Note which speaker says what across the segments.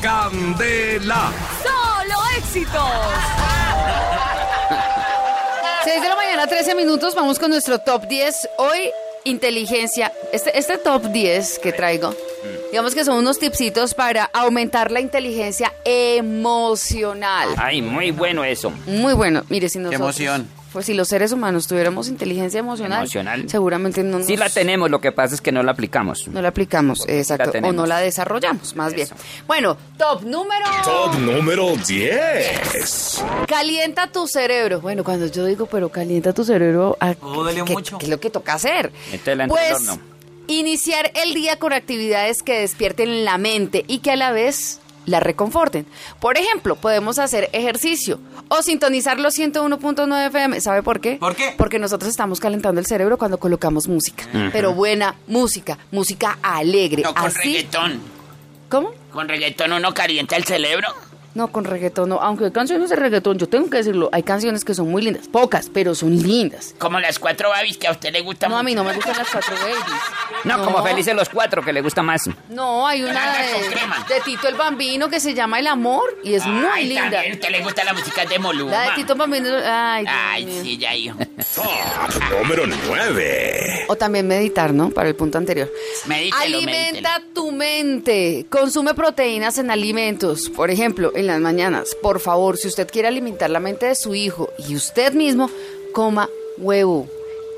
Speaker 1: Candela.
Speaker 2: ¡Solo éxitos!
Speaker 3: 6 de la mañana, 13 minutos, vamos con nuestro top 10. Hoy, inteligencia. Este, este top 10 que traigo, digamos que son unos tipsitos para aumentar la inteligencia emocional.
Speaker 4: Ay, muy bueno eso.
Speaker 3: Muy bueno, mire, si nosotros...
Speaker 5: emoción.
Speaker 3: Pues si los seres humanos tuviéramos inteligencia emocional,
Speaker 4: Emocional.
Speaker 3: seguramente no nos...
Speaker 4: Sí la tenemos, lo que pasa es que no la aplicamos.
Speaker 3: No eh, la aplicamos, exacto. o
Speaker 4: tenemos.
Speaker 3: no la desarrollamos, más
Speaker 4: Eso.
Speaker 3: bien. Bueno, top número...
Speaker 1: Top número 10.
Speaker 3: Calienta tu cerebro. Bueno, cuando yo digo, pero calienta tu cerebro, ¿a
Speaker 5: Oh, Duele
Speaker 3: ¿qué,
Speaker 5: mucho.
Speaker 3: qué es lo que toca hacer?
Speaker 4: Métela entre el
Speaker 3: pues,
Speaker 4: horno.
Speaker 3: iniciar el día con actividades que despierten la mente y que a la vez la reconforten. Por ejemplo, podemos hacer ejercicio o sintonizar los 101.9 FM. ¿Sabe por qué?
Speaker 5: ¿Por qué?
Speaker 3: Porque nosotros estamos calentando el cerebro cuando colocamos música. Pero buena música, música alegre.
Speaker 6: No con
Speaker 3: Así-
Speaker 6: reggaetón.
Speaker 3: ¿Cómo?
Speaker 6: Con reggaetón uno calienta el cerebro.
Speaker 3: No, con reggaetón no. Aunque hay canciones de reggaetón, yo tengo que decirlo, hay canciones que son muy lindas. Pocas, pero son lindas.
Speaker 6: Como las cuatro babis que a usted le gusta
Speaker 3: No, a
Speaker 6: mucho.
Speaker 3: mí no me gustan las cuatro babies.
Speaker 4: No, como felices los cuatro, que le gusta más.
Speaker 3: No, hay una
Speaker 6: Naranja
Speaker 3: de,
Speaker 6: con crema.
Speaker 3: de Tito el Bambino que se llama El Amor y es muy
Speaker 6: Ay,
Speaker 3: linda.
Speaker 6: también a usted le gusta la música de Moluma.
Speaker 3: La de Tito el Bambino. Ay, Dios
Speaker 6: Ay,
Speaker 3: mío.
Speaker 6: sí, ya hijo.
Speaker 1: Top número 9.
Speaker 3: O también meditar, ¿no? Para el punto anterior.
Speaker 6: Medítelo,
Speaker 3: Alimenta
Speaker 6: medítelo.
Speaker 3: tu mente. Consume proteínas en alimentos. Por ejemplo, en las mañanas. Por favor, si usted quiere alimentar la mente de su hijo y usted mismo, coma huevo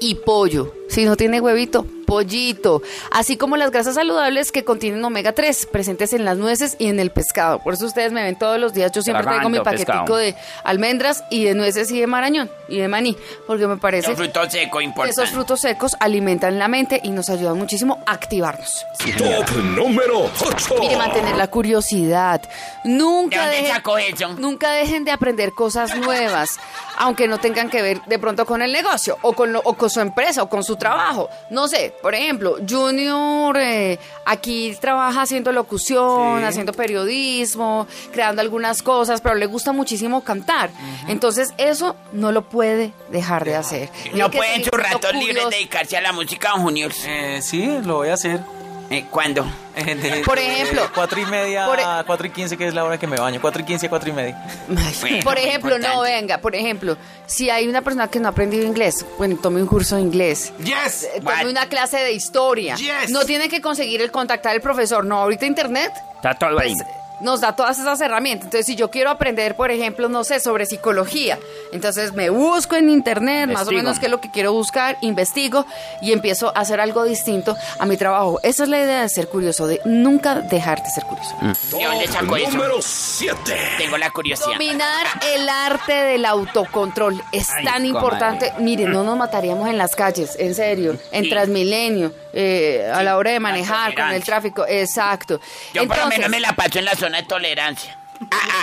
Speaker 3: y pollo. Si no tiene huevito, pollito. Así como las grasas saludables que contienen omega 3 presentes en las nueces y en el pescado. Por eso ustedes me ven todos los días. Yo siempre traigo mi
Speaker 4: Tragando
Speaker 3: paquetico
Speaker 4: pescado.
Speaker 3: de almendras y de nueces y de marañón y de maní. Porque me parece
Speaker 6: Son frutos secos
Speaker 3: que esos
Speaker 6: importantes.
Speaker 3: frutos secos alimentan la mente y nos ayudan muchísimo a activarnos.
Speaker 1: Top número 8.
Speaker 3: Mire, mantener la curiosidad. Nunca
Speaker 6: Oh. ¿De dónde
Speaker 3: dejen,
Speaker 6: sacó eso?
Speaker 3: nunca dejen de aprender cosas nuevas, aunque no tengan que ver de pronto con el negocio o con, lo- o con su empresa o con su trabajo. No sé, por ejemplo, Junior eh, aquí trabaja haciendo locución, haciendo periodismo, creando algunas cosas, pero le gusta muchísimo cantar. Entonces, eso no lo puede dejar de hacer. Tiene
Speaker 6: No
Speaker 3: que
Speaker 6: pueden
Speaker 3: seguir
Speaker 6: sus
Speaker 3: siendo
Speaker 6: ratos libres
Speaker 3: curioso.
Speaker 6: dedicarse a la música, don Junior.
Speaker 5: Eh, sí, lo voy a hacer.
Speaker 6: Eh, ¿Cuándo?
Speaker 5: Eh, de-
Speaker 3: Por
Speaker 5: de
Speaker 3: ejemplo.
Speaker 5: cuatro y media,
Speaker 3: Por e-
Speaker 5: a cuatro y quince, que es la hora que me baño. Cuatro y quince, a cuatro y media.
Speaker 6: Bueno,
Speaker 3: por ejemplo, no,
Speaker 6: importante.
Speaker 3: venga, por ejemplo, si hay una persona que no ha aprendido inglés, bueno, tome un curso de inglés.
Speaker 5: Yes.
Speaker 3: Eh,
Speaker 6: What?
Speaker 3: Tome una clase de historia.
Speaker 5: Yes.
Speaker 3: No tiene que conseguir el contactar al profesor. No, ahorita internet
Speaker 4: Está todo ahí.
Speaker 3: pues, nos da todas esas herramientas. Entonces, si yo quiero aprender, por ejemplo, no sé, sobre psicología, entonces me busco en internet, más o
Speaker 4: Investigo.
Speaker 3: menos qué es lo que quiero buscar, investigo y empiezo a hacer algo distinto a mi trabajo. Esa es la idea de ser curioso, de nunca dejar de ser curioso.
Speaker 4: Mm.
Speaker 6: ¿De dónde
Speaker 1: Top
Speaker 6: sacó eso?
Speaker 1: número 7.
Speaker 6: Tengo la curiosidad.
Speaker 3: Dominar el arte del autocontrol es
Speaker 4: Ay,
Speaker 3: tan
Speaker 4: comadre.
Speaker 3: importante. Mire, no nos mataríamos en las calles, en serio, en
Speaker 6: Sí.
Speaker 3: Transmilenio, eh, a la hora de
Speaker 6: la
Speaker 3: manejar con el
Speaker 6: tolerancia.
Speaker 3: tráfico. Exacto.
Speaker 6: Yo por lo
Speaker 3: Entonces,
Speaker 6: menos me la paso en la zona de tolerancia.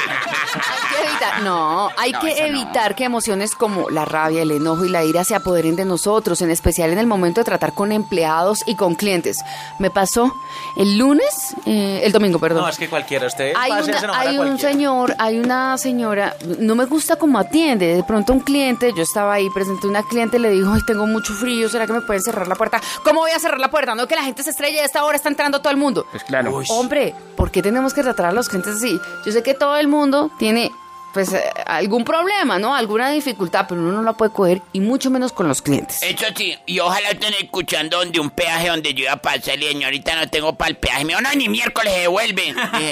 Speaker 3: hay que evitar, no, hay
Speaker 6: No,
Speaker 3: que
Speaker 6: eso no.
Speaker 3: evitar que emociones como la rabia, el enojo y la ira se apoderen de nosotros, en especial en el momento de tratar con empleados y con clientes. Me pasó el lunes, eh, el domingo, perdón.
Speaker 5: No, es que cualquiera. Ustedes
Speaker 3: hay,
Speaker 5: pásense
Speaker 3: una-
Speaker 5: enojar a
Speaker 3: hay un
Speaker 5: cualquiera.
Speaker 3: señor, hay una señora, no me gusta cómo atiende. De pronto un cliente, yo estaba ahí, presenté una cliente, le dijo, ay, tengo mucho frío, ¿será que me pueden cerrar la puerta? ¿Cómo voy a cerrar la puerta? No, que la gente se estrella a esta hora, está entrando todo el mundo.
Speaker 4: Pues claro.
Speaker 3: Hombre, ¿por qué tenemos que tratar a los clientes así? Yo sé que todo el mundo tiene pues eh, algún problema, ¿no? Alguna dificultad, pero uno no la puede coger y mucho menos con los clientes.
Speaker 6: Eso sí, y ojalá estén escuchando donde un peaje donde yo iba a pasar y señorita no tengo para el peaje. Me dijo, no, ni miércoles se devuelve. Eh,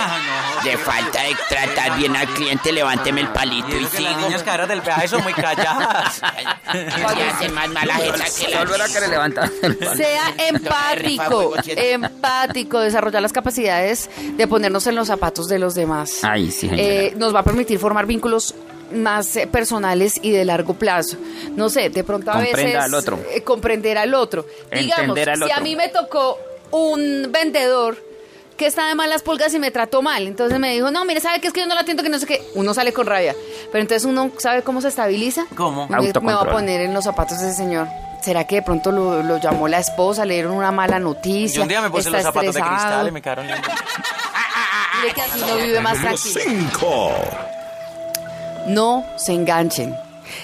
Speaker 6: De falta de tratar bien al cliente, levánteme el palito y
Speaker 5: Creo que las
Speaker 6: sigo.
Speaker 5: niñas caras del peaje son muy calladas.
Speaker 6: Se hacen más malas esas que
Speaker 4: Solo era
Speaker 6: las...
Speaker 4: que le levantaban el pan.
Speaker 3: Sea empático, empático, desarrollar las capacidades de ponernos en los zapatos de los demás.
Speaker 4: Ay, sí, señora.
Speaker 3: Eh, nos va a permitir formar vínculos más eh, personales y de largo plazo. No sé, de pronto a
Speaker 4: Comprenda
Speaker 3: veces
Speaker 4: al otro.
Speaker 3: eh, comprender al otro. Digamos,
Speaker 4: Entender al
Speaker 3: si a
Speaker 4: otro.
Speaker 3: mí me tocó un vendedor que está de malas pulgas y me trató mal, entonces me dijo, no, mire, sabe que es que yo no la atiendo, que no sé qué, uno sale con rabia, pero entonces uno sabe cómo se estabiliza.
Speaker 5: ¿Cómo?
Speaker 3: Me, me voy a
Speaker 4: Autocontrol.
Speaker 3: poner en los zapatos de ese señor. ¿Será que de pronto lo, lo llamó la esposa, le dieron una mala noticia?
Speaker 5: Yo un día me puse
Speaker 3: está
Speaker 5: los zapatos de
Speaker 3: estresado?
Speaker 5: cristal y me quedaron lindos.
Speaker 3: Mire que así uno vive más
Speaker 1: Número
Speaker 3: tranquilo.
Speaker 1: 5.
Speaker 3: No se enganchen.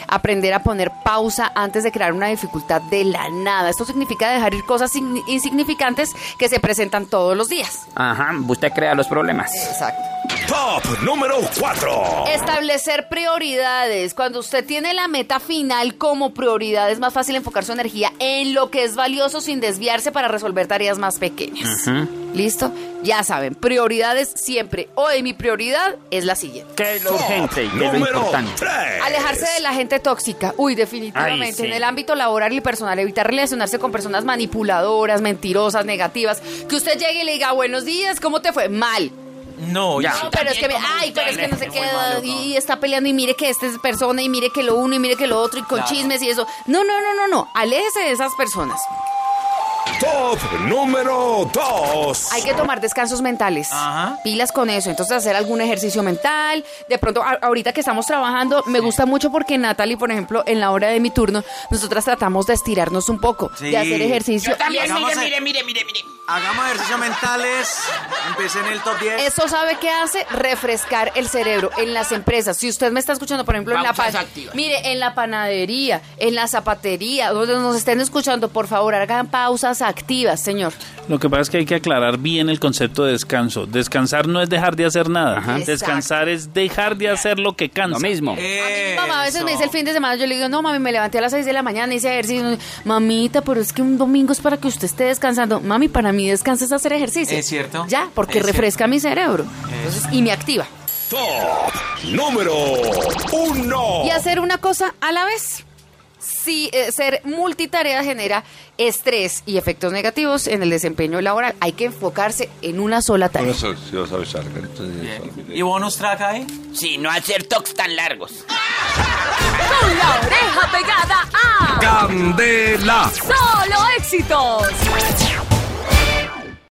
Speaker 3: aprender a poner pausa antes de crear una dificultad de la nada. Esto significa dejar ir cosas in- insignificantes que se presentan todos los días.
Speaker 4: Ajá, usted crea los problemas.
Speaker 3: Exacto.
Speaker 1: Top número 4.
Speaker 3: Establecer prioridades. Cuando usted tiene la meta final como prioridad, es más fácil enfocar su energía en lo que es valioso sin desviarse para resolver tareas más pequeñas. ¿Listo? Ya saben, prioridades siempre. Hoy mi prioridad es la siguiente.
Speaker 4: ¿Qué es lo urgente y qué es lo
Speaker 1: número
Speaker 4: importante?
Speaker 1: 3.
Speaker 3: Alejarse de la gente tóxica. Uy, definitivamente.
Speaker 4: Ay, sí.
Speaker 3: En el ámbito laboral y personal, evitar relacionarse con personas manipuladoras, mentirosas, negativas. Que usted llegue y le diga, buenos días, ¿cómo te fue? Mal.
Speaker 5: No,
Speaker 4: Ya.
Speaker 5: y sí.
Speaker 3: No, Ah, pero es que, me-
Speaker 6: También como
Speaker 3: ay, pero es que no sé
Speaker 6: usted,
Speaker 3: qué,
Speaker 6: muy malo, ¿no?
Speaker 3: y está peleando y mire que esta es persona y mire que lo uno y mire que lo otro y con
Speaker 5: Claro.
Speaker 3: chismes y eso. No, no, no, no, no, aléjese de esas personas.
Speaker 1: Top número 2.
Speaker 3: Hay que tomar descansos mentales,
Speaker 5: Ajá.
Speaker 3: pilas con eso, entonces hacer algún ejercicio mental. De pronto, a- ahorita que estamos trabajando, me gusta mucho porque Natalie, por ejemplo, en la hora de mi turno, nosotras tratamos de estirarnos un poco,
Speaker 5: Sí.
Speaker 3: de hacer ejercicio.
Speaker 6: Yo también,
Speaker 5: Hagamos
Speaker 6: mire,
Speaker 5: el-
Speaker 6: mire, mire, mire, mire.
Speaker 5: Hagamos ejercicios mentales. Empecé en el top 10.
Speaker 3: Eso sabe qué hace refrescar el cerebro en las empresas. Si usted me está escuchando, por ejemplo, en la
Speaker 6: Pausas
Speaker 3: pan-
Speaker 6: activas.
Speaker 3: mire, en la panadería, en la zapatería, donde nos estén escuchando, por favor, hagan pausas activas, señor.
Speaker 7: Lo que pasa es que hay que aclarar bien el concepto de descanso. Descansar no es dejar de hacer nada.
Speaker 4: Ajá.
Speaker 3: Exacto.
Speaker 7: Descansar es dejar de hacer lo que
Speaker 4: Lo
Speaker 7: cansa.
Speaker 4: mismo.
Speaker 6: Eh,
Speaker 3: A mi mamá a veces me dice el fin de semana, yo le digo, no, mami, me levanté a las 6 de la mañana, hice ejercicio. Mamita, pero es que un domingo es para que usted esté descansando. Mami, para mí descanso es hacer ejercicio.
Speaker 5: Es cierto.
Speaker 3: Ya, porque
Speaker 5: Es
Speaker 3: refresca mi cerebro. Entonces, y me activa.
Speaker 1: Top número 1.
Speaker 3: y hacer una cosa a la vez. Si eh, ser multitarea genera estrés y efectos negativos en el desempeño laboral, hay que enfocarse en una sola tarea.
Speaker 5: ¿Y bonus track ahí?
Speaker 6: Si no hacer tocs tan largos.
Speaker 2: Con la oreja pegada a
Speaker 1: Candela.
Speaker 2: Solo Éxitos.